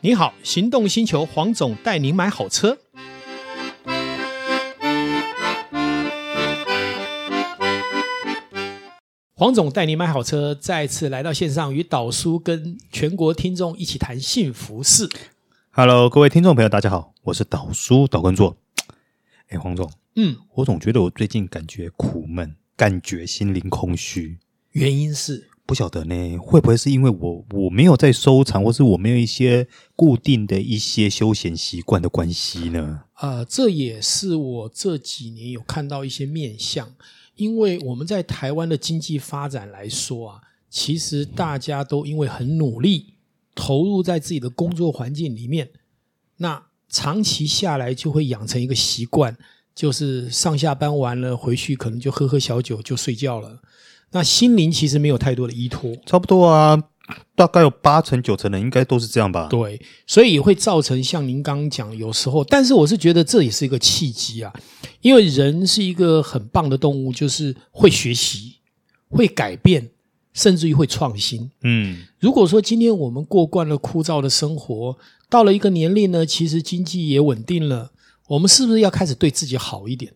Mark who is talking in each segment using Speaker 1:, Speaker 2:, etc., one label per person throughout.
Speaker 1: 你好，行动星球黄总带您买好车。黄总带您买好车，再次来到线上，与导叔跟全国听众一起谈幸福事。
Speaker 2: Hello，各位听众朋友，大家好，我是导叔导观座。哎，黄总，
Speaker 1: 嗯，
Speaker 2: 我总觉得我最近感觉苦闷，感觉心灵空虚，
Speaker 1: 原因是
Speaker 2: 不晓得呢，会不会是因为我我没有在收藏，或是我没有一些固定的一些休闲习惯的关系呢？
Speaker 1: 呃，这也是我这几年有看到一些面向，因为我们在台湾的经济发展来说啊，其实大家都因为很努力，投入在自己的工作环境里面，那长期下来就会养成一个习惯，就是上下班完了回去可能就喝喝小酒就睡觉了，那心灵其实没有太多的依托。
Speaker 2: 差不多啊，大概有八成九成人应该都是这样吧。
Speaker 1: 对，所以也会造成像您刚刚讲，有时候，但是我是觉得这也是一个契机啊，因为人是一个很棒的动物，就是会学习、会改变，甚至于会创新。
Speaker 2: 嗯，
Speaker 1: 如果说今天我们过惯了枯燥的生活，到了一个年龄呢，其实经济也稳定了，我们是不是要开始对自己好一点？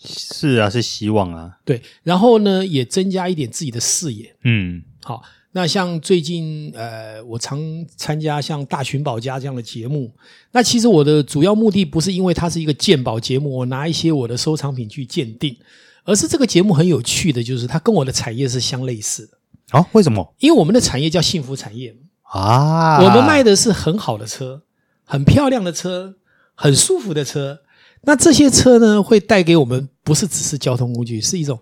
Speaker 2: 是啊，是希望啊。
Speaker 1: 对，然后呢，也增加一点自己的视野。
Speaker 2: 嗯，
Speaker 1: 好，那像最近呃，我常参加像大寻宝家这样的节目。那其实我的主要目的不是因为它是一个鉴宝节目，我拿一些我的收藏品去鉴定，而是这个节目很有趣的，就是它跟我的产业是相类似的。
Speaker 2: 啊，为什么
Speaker 1: 因为我们的产业叫幸福产业嘛，
Speaker 2: 啊？
Speaker 1: 我们卖的是很好的车，很漂亮的车，很舒服的车。那这些车呢，会带给我们不是只是交通工具，是一种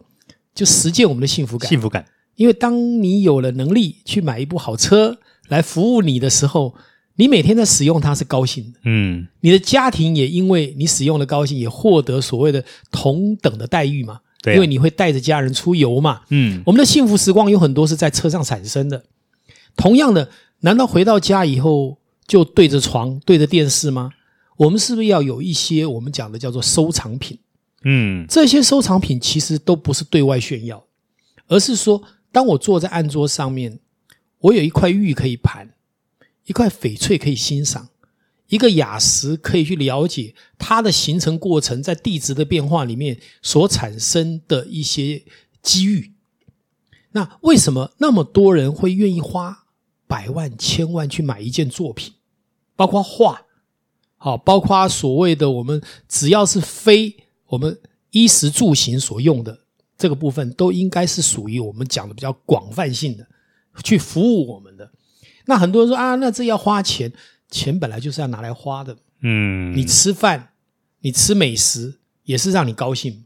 Speaker 1: 就实践我们的幸福感。
Speaker 2: 幸福感，
Speaker 1: 因为当你有了能力去买一部好车来服务你的时候，你每天在使用它是高兴的，
Speaker 2: 嗯，
Speaker 1: 你的家庭也因为你使用的高兴，也获得所谓的同等的待遇嘛。
Speaker 2: 对啊
Speaker 1: 因为你会带着家人出游嘛。
Speaker 2: 嗯，
Speaker 1: 我们的幸福时光有很多是在车上产生的。同样的，难道回到家以后就对着床、对着电视吗？我们是不是要有一些我们讲的叫做收藏品？
Speaker 2: 嗯，
Speaker 1: 这些收藏品其实都不是对外炫耀，而是说，当我坐在案桌上面，我有一块玉可以盘，一块翡翠可以欣赏，一个雅石可以去了解它的形成过程，在地质的变化里面所产生的一些机遇。那为什么那么多人会愿意花百万、千万去买一件作品，包括画？好，包括所谓的我们只要是非我们衣食住行所用的这个部分，都应该是属于我们讲的比较广泛性的，去服务我们的。那很多人说啊，那这要花钱，钱本来就是要拿来花的。
Speaker 2: 嗯，
Speaker 1: 你吃饭，你吃美食，也是让你高兴。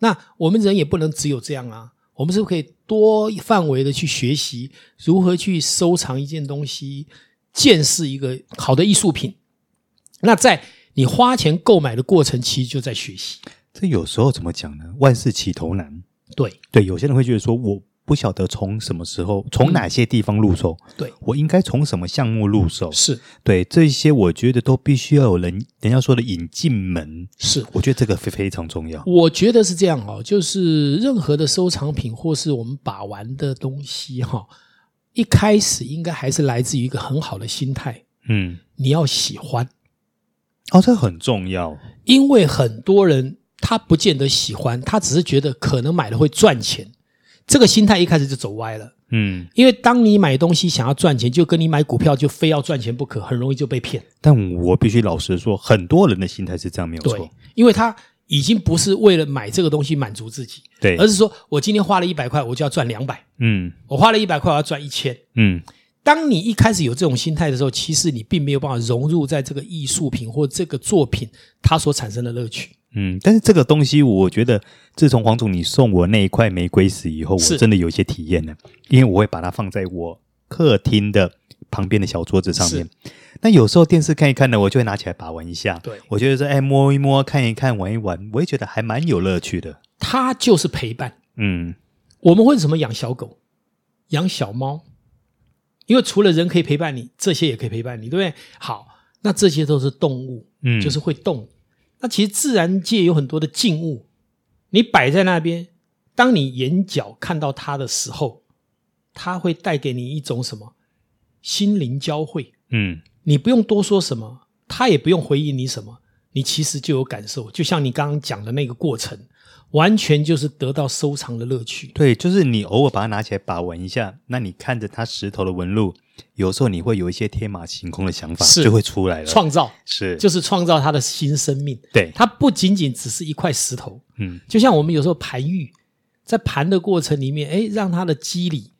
Speaker 1: 那我们人也不能只有这样啊，我们是不是可以多范围的去学习如何去收藏一件东西，见识一个好的艺术品？那在你花钱购买的过程，其实就在学习。
Speaker 2: 这有时候怎么讲呢？万事起头难。
Speaker 1: 对
Speaker 2: 对，有些人会觉得说，我不晓得从什么时候、从哪些地方入手，
Speaker 1: 嗯对，
Speaker 2: 我应该从什么项目入手。
Speaker 1: 是
Speaker 2: 对，这些我觉得都必须要有人人家说的引进门，
Speaker 1: 是，
Speaker 2: 我觉得这个非非常重要。
Speaker 1: 我觉得是这样哦，就是任何的收藏品或是我们把玩的东西哈、一开始应该还是来自于一个很好的心态，
Speaker 2: 嗯，
Speaker 1: 你要喜欢。
Speaker 2: 哦，这很重要。
Speaker 1: 因为很多人他不见得喜欢，他只是觉得可能买了会赚钱，这个心态一开始就走歪了。
Speaker 2: 嗯，
Speaker 1: 因为当你买东西想要赚钱，就跟你买股票就非要赚钱不可，很容易就被骗。
Speaker 2: 但我必须老实说，很多人的心态是这样，没有
Speaker 1: 对
Speaker 2: 错。，
Speaker 1: 因为他已经不是为了买这个东西满足自己，
Speaker 2: 对，
Speaker 1: 而是说我今天花了一百块，我就要赚两百；
Speaker 2: 嗯
Speaker 1: 我花了一百块，我要赚一千。
Speaker 2: 嗯，
Speaker 1: 当你一开始有这种心态的时候，其实你并没有办法融入在这个艺术品或这个作品它所产生的乐趣。
Speaker 2: 嗯，但是这个东西，我觉得自从黄总你送我那一块玫瑰石以后，
Speaker 1: 是
Speaker 2: 我真的有一些体验了，因为我会把它放在我客厅的旁边的小桌子上面。那有时候电视看一看呢，我就会拿起来把玩一下。
Speaker 1: 对
Speaker 2: 我觉得说，哎，摸一摸，看一看，玩一玩，我也觉得还蛮有乐趣的。
Speaker 1: 它就是陪伴。
Speaker 2: 嗯，
Speaker 1: 我们为什么养小狗、养小猫？因为除了人可以陪伴你，这些也可以陪伴你，对不对？好，那这些都是动物，
Speaker 2: 嗯
Speaker 1: 就是会动。那其实自然界有很多的静物，你摆在那边，当你眼角看到它的时候，它会带给你一种什么心灵交汇？
Speaker 2: 嗯，
Speaker 1: 你不用多说什么，他也不用回应你什么，你其实就有感受。就像你刚刚讲的那个过程，完全就是得到收藏的乐趣。
Speaker 2: 对，就是你偶尔把它拿起来把玩一下，那你看着它石头的纹路，有时候你会有一些天马行空的想法，
Speaker 1: 是
Speaker 2: 就会出来了。
Speaker 1: 创造
Speaker 2: 是
Speaker 1: 就是创造它的新生命，
Speaker 2: 对，
Speaker 1: 它不仅仅只是一块石头，
Speaker 2: 嗯，
Speaker 1: 就像我们有时候盘玉，在盘的过程里面，哎，让它的肌理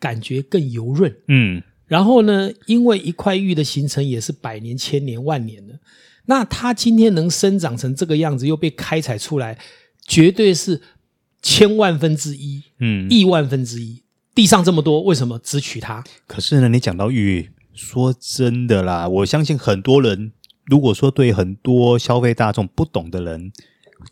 Speaker 1: 感觉更油润。
Speaker 2: 嗯，
Speaker 1: 然后呢，因为一块玉的形成也是百年、千年、万年的，那它今天能生长成这个样子，又被开采出来，绝对是千万分之一、
Speaker 2: 嗯，
Speaker 1: 亿万分之一。地上这么多，为什么只取它？
Speaker 2: 可是呢，你讲到玉，说真的啦，我相信很多人，如果说对很多消费大众不懂的人，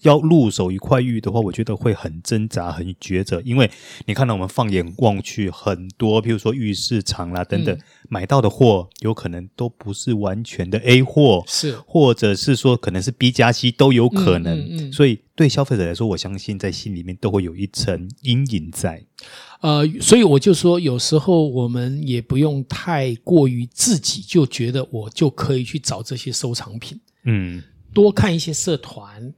Speaker 2: 要入手一块玉的话，我觉得会很挣扎、很抉择，因为你看到我们放眼望去，很多，譬如说玉市场
Speaker 1: 嗯
Speaker 2: 啦等等，买到的货有可能都不是完全的 A 货，
Speaker 1: 是
Speaker 2: 或者是说可能是 B 加 C 都有可能，
Speaker 1: 嗯嗯嗯
Speaker 2: 所以对消费者来说，我相信在心里面都会有一层阴影在。
Speaker 1: 呃，所以我就说，有时候我们也不用太过于自己就觉得我就可以去找这些收藏品，
Speaker 2: 嗯，
Speaker 1: 多看一些社团，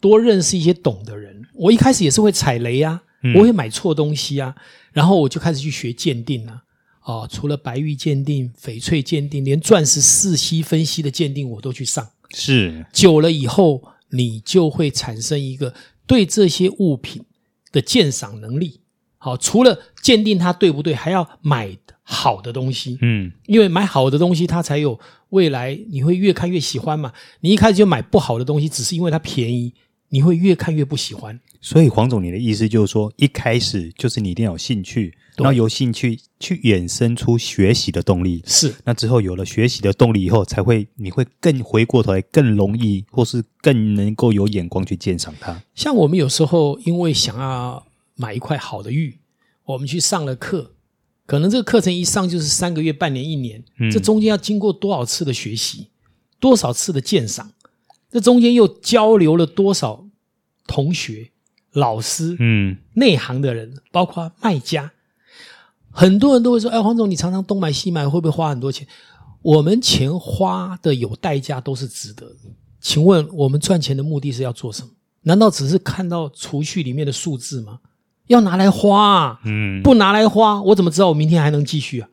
Speaker 1: 多认识一些懂的人。我一开始也是会踩雷啊，我会买错东西啊，然后我就开始去学鉴定啊。哦，除了白玉鉴定、翡翠鉴定，连钻石四析分析的鉴定我都去上。
Speaker 2: 是，
Speaker 1: 久了以后，你就会产生一个对这些物品的鉴赏能力。好，除了鉴定它对不对，还要买好的东西，
Speaker 2: 嗯。
Speaker 1: 因为买好的东西，它才有未来，你会越看越喜欢嘛。你一开始就买不好的东西，只是因为它便宜，你会越看越不喜欢。
Speaker 2: 所以黄总，你的意思就是说，一开始就是你一定要有兴趣，
Speaker 1: 对
Speaker 2: 然后由兴趣去衍生出学习的动力。
Speaker 1: 是
Speaker 2: 那之后有了学习的动力以后，才会你会更回过头来，更容易，或是更能够有眼光去鉴赏它。
Speaker 1: 像我们有时候因为想要买一块好的玉，我们去上了课，可能这个课程一上就是三个月、半年、一年，这中间要经过多少次的学习，多少次的鉴赏，这中间又交流了多少同学、老师、
Speaker 2: 嗯，
Speaker 1: 内行的人，包括卖家，很多人都会说：“哎，黄总，你常常东买西买，会不会花很多钱？”我们钱花的有代价，都是值得的。请问我们赚钱的目的是要做什么？难道只是看到储蓄里面的数字吗？要拿来花、啊，
Speaker 2: 嗯
Speaker 1: 不拿来花，我怎么知道我明天还能继续啊？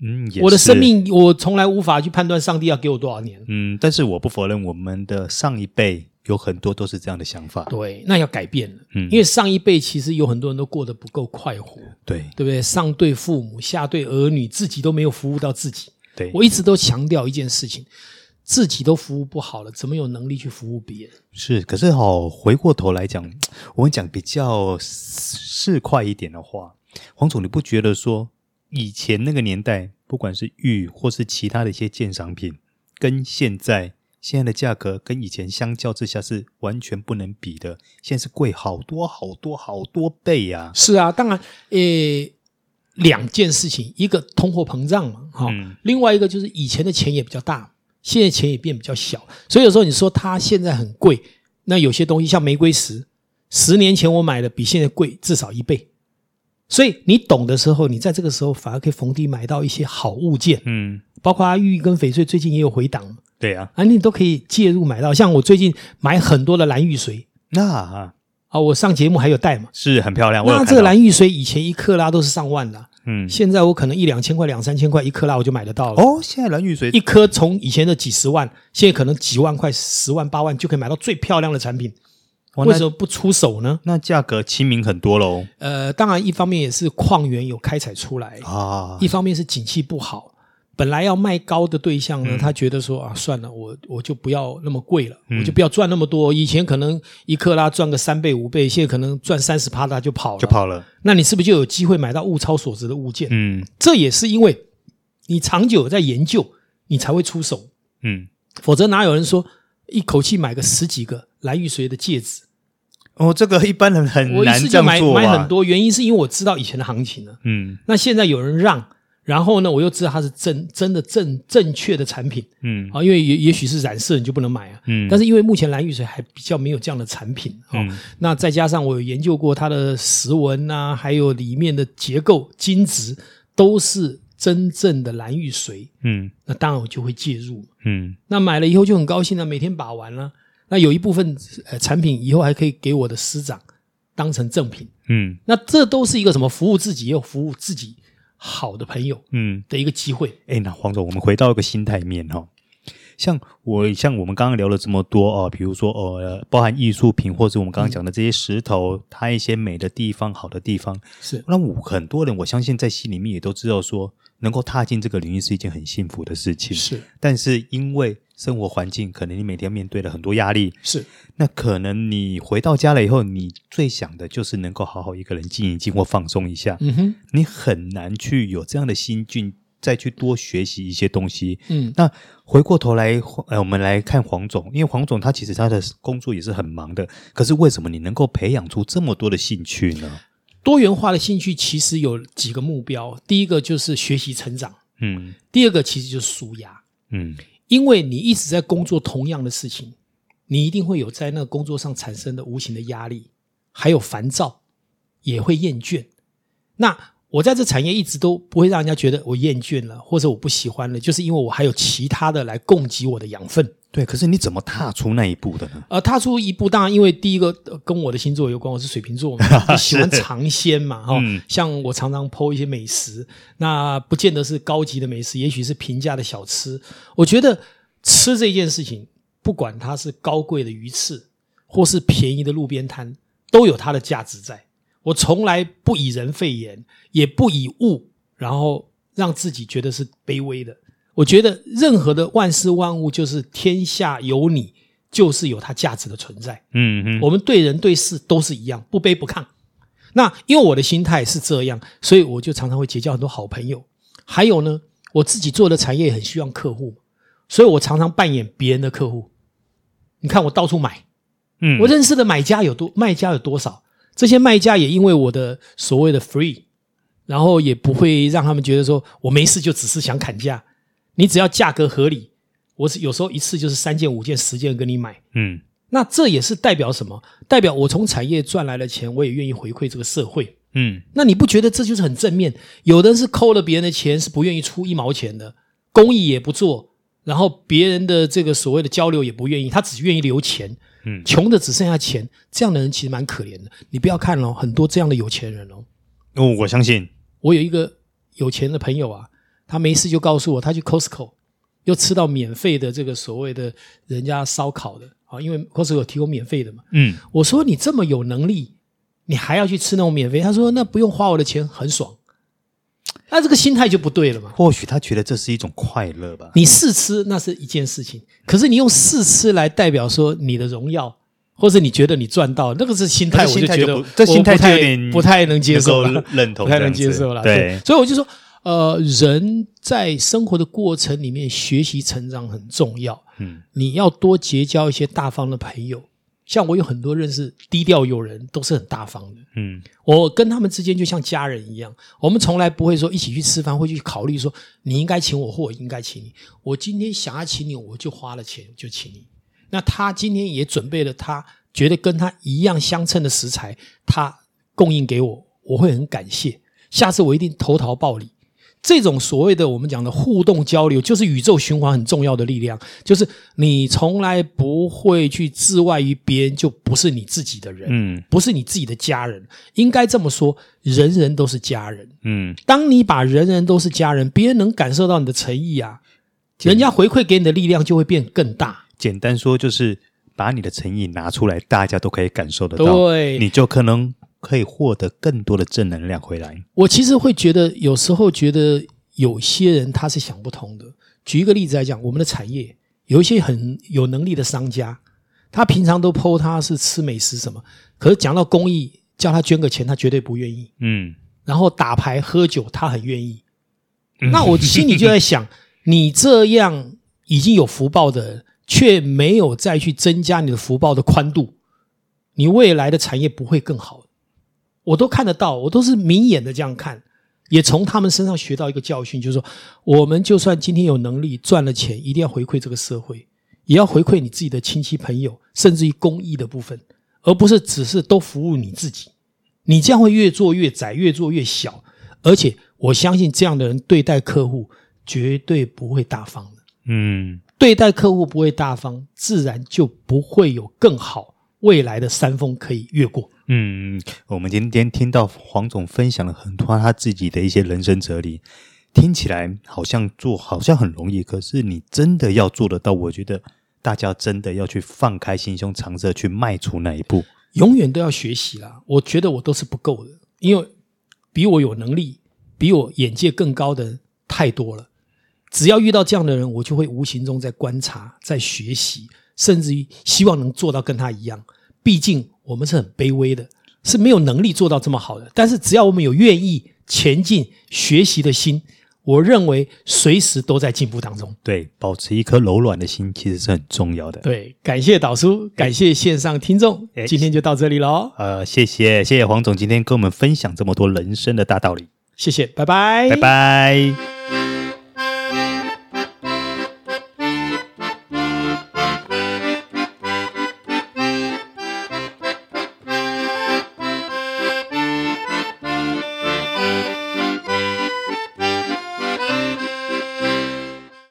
Speaker 2: 嗯，也
Speaker 1: 我的
Speaker 2: 是
Speaker 1: 生，命，我从来无法去判断上帝要给我多少年。
Speaker 2: 嗯，但是我不否认，我们的上一辈有很多都是这样的想法。
Speaker 1: 对，那要改变了，
Speaker 2: 嗯
Speaker 1: 因为上一辈其实有很多人都过得不够快活。
Speaker 2: 对
Speaker 1: 对不对？上对父母，下对儿女，自己都没有服务到自己。
Speaker 2: 对，
Speaker 1: 我一直都强调一件事情：自己都服务不好了，怎么有能力去服务别人？
Speaker 2: 是，可是好，回过头来讲，我们讲比较市侩一点的话，黄总，你不觉得说以前那个年代，不管是玉或是其他的一些鉴赏品，跟现在现在的价格跟以前相较之下是完全不能比的，现在是贵好多好多好多倍呀、
Speaker 1: 是啊，当然，呃，两件事情，一个通货膨胀嘛，哈、
Speaker 2: 嗯
Speaker 1: 另外一个就是以前的钱也比较大，现在钱也变比较小，所以有时候你说它现在很贵，那有些东西像玫瑰石，十年前我买的比现在贵至少一倍。所以你懂的时候，你在这个时候反而可以逢低买到一些好物件，
Speaker 2: 嗯，
Speaker 1: 包括玉跟翡翠最近也有回档嘛，
Speaker 2: 对呀、
Speaker 1: 啊，你都可以介入买到。像我最近买很多的蓝玉髓
Speaker 2: 那啊
Speaker 1: 啊，我上节目还有带嘛。
Speaker 2: 是很漂亮。我
Speaker 1: 那
Speaker 2: 有看
Speaker 1: 这个
Speaker 2: 到
Speaker 1: 蓝玉髓以前一克拉都是上万的啊，
Speaker 2: 嗯，
Speaker 1: 现在我可能一两千块、两三千块一克拉我就买得到了。
Speaker 2: 哦，现在蓝玉水
Speaker 1: 一颗从以前的几十万，现在可能几万块、十万、八万就可以买到最漂亮的产品。
Speaker 2: 哇
Speaker 1: 为
Speaker 2: 那
Speaker 1: 什么不出手呢？
Speaker 2: 那价格亲民很多喽
Speaker 1: 呃，当然一方面也是矿源有开采出来，
Speaker 2: 啊
Speaker 1: 一方面是景气不好，本来要卖高的对象
Speaker 2: 嗯
Speaker 1: 呢，他觉得说啊，算了，我我就不要那么贵了，
Speaker 2: 嗯
Speaker 1: 我就不要赚那么多。以前可能一克拉赚个三倍五倍，现在可能赚三十趴他就跑了。
Speaker 2: 就跑了。
Speaker 1: 那你是不是就有机会买到物超所值的物件？
Speaker 2: 嗯
Speaker 1: 这也是因为你长久有在研究，你才会出手，
Speaker 2: 嗯。
Speaker 1: 否则哪有人说一口气买个十几个蓝玉髓的戒指？
Speaker 2: 哦，这个一般人很
Speaker 1: 我一
Speaker 2: 难
Speaker 1: 次
Speaker 2: 这
Speaker 1: 就
Speaker 2: 样
Speaker 1: 买
Speaker 2: 做啊。
Speaker 1: 买很多，原因是因为我知道以前的行情了。啊
Speaker 2: 嗯
Speaker 1: 那现在有人让，然后呢，我又知道它是真真的正正确的产品
Speaker 2: 嗯
Speaker 1: 啊，因为也也许是染色你就不能买啊。
Speaker 2: 嗯，
Speaker 1: 但
Speaker 2: 是
Speaker 1: 是因为目前蓝玉水还比较没有这样的产品哦，
Speaker 2: 嗯
Speaker 1: 那再加上我有研究过它的石纹啊，还有里面的结构、金质，都是真正的蓝玉髓，
Speaker 2: 嗯
Speaker 1: 那当然我就会介入。
Speaker 2: 嗯
Speaker 1: 那买了以后就很高兴了，每天把玩了。那有一部分呃产品以后还可以给我的师长当成赠品，
Speaker 2: 嗯
Speaker 1: 那这都是一个什么服务自己又服务自己好的朋友
Speaker 2: 嗯，
Speaker 1: 的一个机会。
Speaker 2: 哎、那黄总，我们回到一个心态面哈、哦，像我像我们刚刚聊了这么多哦，比如说哦，呃包含艺术品，或者我们刚
Speaker 1: 嗯
Speaker 2: 刚讲的这些石头，它一些美的地方、好的地方，
Speaker 1: 是
Speaker 2: 那我很多人我相信在心里面也都知道说，能够踏进这个领域是一件很幸福的事情，
Speaker 1: 是
Speaker 2: 但是因为生活环境，可能你每天面对了很多压力，
Speaker 1: 是
Speaker 2: 那可能你回到家了以后，你最想的就是能够好好一个人静一静或放松一下。
Speaker 1: 嗯哼，
Speaker 2: 你很难去有这样的心境，再去多学习一些东西。
Speaker 1: 嗯
Speaker 2: 那回过头来，呃，我们来看黄总，因为黄总他其实他的工作也是很忙的，可是为什么你能够培养出这么多的兴趣呢？
Speaker 1: 多元化的兴趣其实有几个目标，第一个就是学习成长，
Speaker 2: 嗯
Speaker 1: 第二个其实就是舒压，
Speaker 2: 嗯
Speaker 1: 因为你一直在工作同样的事情，你一定会有在那个工作上产生的无形的压力，还有烦躁，也会厌倦。那我在这产业一直都不会让人家觉得我厌倦了，或者我不喜欢了，就是因为我还有其他的来供给我的养分。
Speaker 2: 对。可是你怎么踏出那一步的呢？
Speaker 1: 呃，踏出一步，当然，因为第一个、呃跟我的星座有关，我是水瓶座嘛，就喜欢尝鲜嘛，哈、
Speaker 2: 嗯
Speaker 1: 像我常常剖一些美食，那不见得是高级的美食，也许是平价的小吃。我觉得吃这件事情，不管它是高贵的鱼翅，或是便宜的路边摊，都有它的价值在。我从来不以人废言，也不以物，然后让自己觉得是卑微的。我觉得任何的万事万物，就是天下有你，就是有它价值的存在。
Speaker 2: 嗯嗯
Speaker 1: 我们对人对事都是一样，不卑不亢。那因为我的心态是这样，所以我就常常会结交很多好朋友。还有呢，我自己做的产业也很需要客户，所以我常常扮演别人的客户。你看我到处买，
Speaker 2: 嗯
Speaker 1: 我认识的买家有多，卖家有多少？这些卖家也因为我的所谓的 free，然后也不会让他们觉得说我没事就只是想砍价。你只要价格合理，我是有时候一次就是三件、五件、十件跟你买，
Speaker 2: 嗯
Speaker 1: 那这也是代表什么？代表我从产业赚来的钱，我也愿意回馈这个社会。
Speaker 2: 嗯
Speaker 1: 那你不觉得这就是很正面？有的人是抠了别人的钱，是不愿意出一毛钱的，公益也不做，然后别人的这个所谓的交流也不愿意，他只愿意留钱。
Speaker 2: 嗯
Speaker 1: 穷的只剩下钱，这样的人其实蛮可怜的。你不要看哦，很多这样的有钱人哦。
Speaker 2: 哦，我相信。
Speaker 1: 我有一个有钱的朋友啊，他没事就告诉我，他去 Costco 又吃到免费的这个所谓的人家烧烤的啊，因为 Costco 有提供免费的嘛。
Speaker 2: 嗯
Speaker 1: 我说你这么有能力，你还要去吃那种免费？他说那不用花我的钱，很爽。那这个心态就不对了嘛。
Speaker 2: 或许他觉得这是一种快乐吧。
Speaker 1: 你试吃那是一件事情，可是你用试吃来代表说你的荣耀，或者你觉得你赚到，那个是心态，
Speaker 2: 这
Speaker 1: 我
Speaker 2: 心
Speaker 1: 就
Speaker 2: 态
Speaker 1: 觉
Speaker 2: 就
Speaker 1: 得
Speaker 2: 不这
Speaker 1: 我
Speaker 2: 心态
Speaker 1: 不
Speaker 2: 就有
Speaker 1: 太
Speaker 2: 点
Speaker 1: 不太能接受
Speaker 2: 能
Speaker 1: 了
Speaker 2: 够，认同
Speaker 1: 不太
Speaker 2: 这
Speaker 1: 能
Speaker 2: 样子
Speaker 1: 接受了。
Speaker 2: 对
Speaker 1: 所以我就说，呃，人在生活的过程里面学习成长很重要，
Speaker 2: 嗯
Speaker 1: 你要多结交一些大方的朋友。像我有很多认识低调友人，都是很大方的。
Speaker 2: 嗯
Speaker 1: 我跟他们之间就像家人一样，我们从来不会说一起去吃饭会去考虑说你应该请我或我应该请你。我今天想要请你，我就花了钱就请你。那他今天也准备了他觉得跟他一样相称的食材，他供应给我，我会很感谢。下次我一定投桃报李。这种所谓的我们讲的互动交流，就是宇宙循环很重要的力量，就是你从来不会去自外于别人，就不是你自己的人。
Speaker 2: 嗯
Speaker 1: 不是你自己的家人，应该这么说，人人都是家人。
Speaker 2: 嗯，
Speaker 1: 当你把人人都是家人，别人能感受到你的诚意啊，人家回馈给你的力量就会变更大。
Speaker 2: 简单说就是把你的诚意拿出来，大家都可以感受得到，
Speaker 1: 对
Speaker 2: 你就可能可以获得更多的正能量回来。
Speaker 1: 我其实会觉得，有时候觉得有些人他是想不通的。举一个例子来讲，我们的产业有一些很有能力的商家，他平常都 PO 他是吃美食什么，可是讲到公益，叫他捐个钱，他绝对不愿意。
Speaker 2: 嗯，
Speaker 1: 然后打牌喝酒，他很愿意。
Speaker 2: 嗯
Speaker 1: 那我心里就在想，你这样已经有福报的人，却没有再去增加你的福报的宽度，你未来的产业不会更好。我都看得到，我都是明眼的这样看，也从他们身上学到一个教训，就是说，我们就算今天有能力赚了钱，一定要回馈这个社会，也要回馈你自己的亲戚朋友，甚至于公益的部分，而不是只是都服务你自己。你这样会越做越窄，越做越小，而且我相信这样的人对待客户绝对不会大方的，
Speaker 2: 嗯，
Speaker 1: 对待客户不会大方，自然就不会有更好未来的山峰可以越过。
Speaker 2: 嗯，我们今天听到黄总分享了很多他自己的一些人生哲理，听起来好像做好像很容易，可是你真的要做得到，我觉得大家真的要去放开心胸，尝试去迈出那一步。
Speaker 1: 永远都要学习啦。我觉得我都是不够的，因为比我有能力、比我眼界更高的人太多了。只要遇到这样的人，我就会无形中在观察、在学习，甚至于希望能做到跟他一样。毕竟我们是很卑微的，是没有能力做到这么好的。但是只要我们有愿意前进、学习的心，我认为随时都在进步当中。
Speaker 2: 对，保持一颗柔软的心其实是很重要的。
Speaker 1: 对，感谢导叔，感谢线上听众，
Speaker 2: 哎
Speaker 1: 今天就到这里喽，
Speaker 2: 呃，谢谢谢谢黄总今天跟我们分享这么多人生的大道理，
Speaker 1: 谢谢，拜拜，
Speaker 2: 拜拜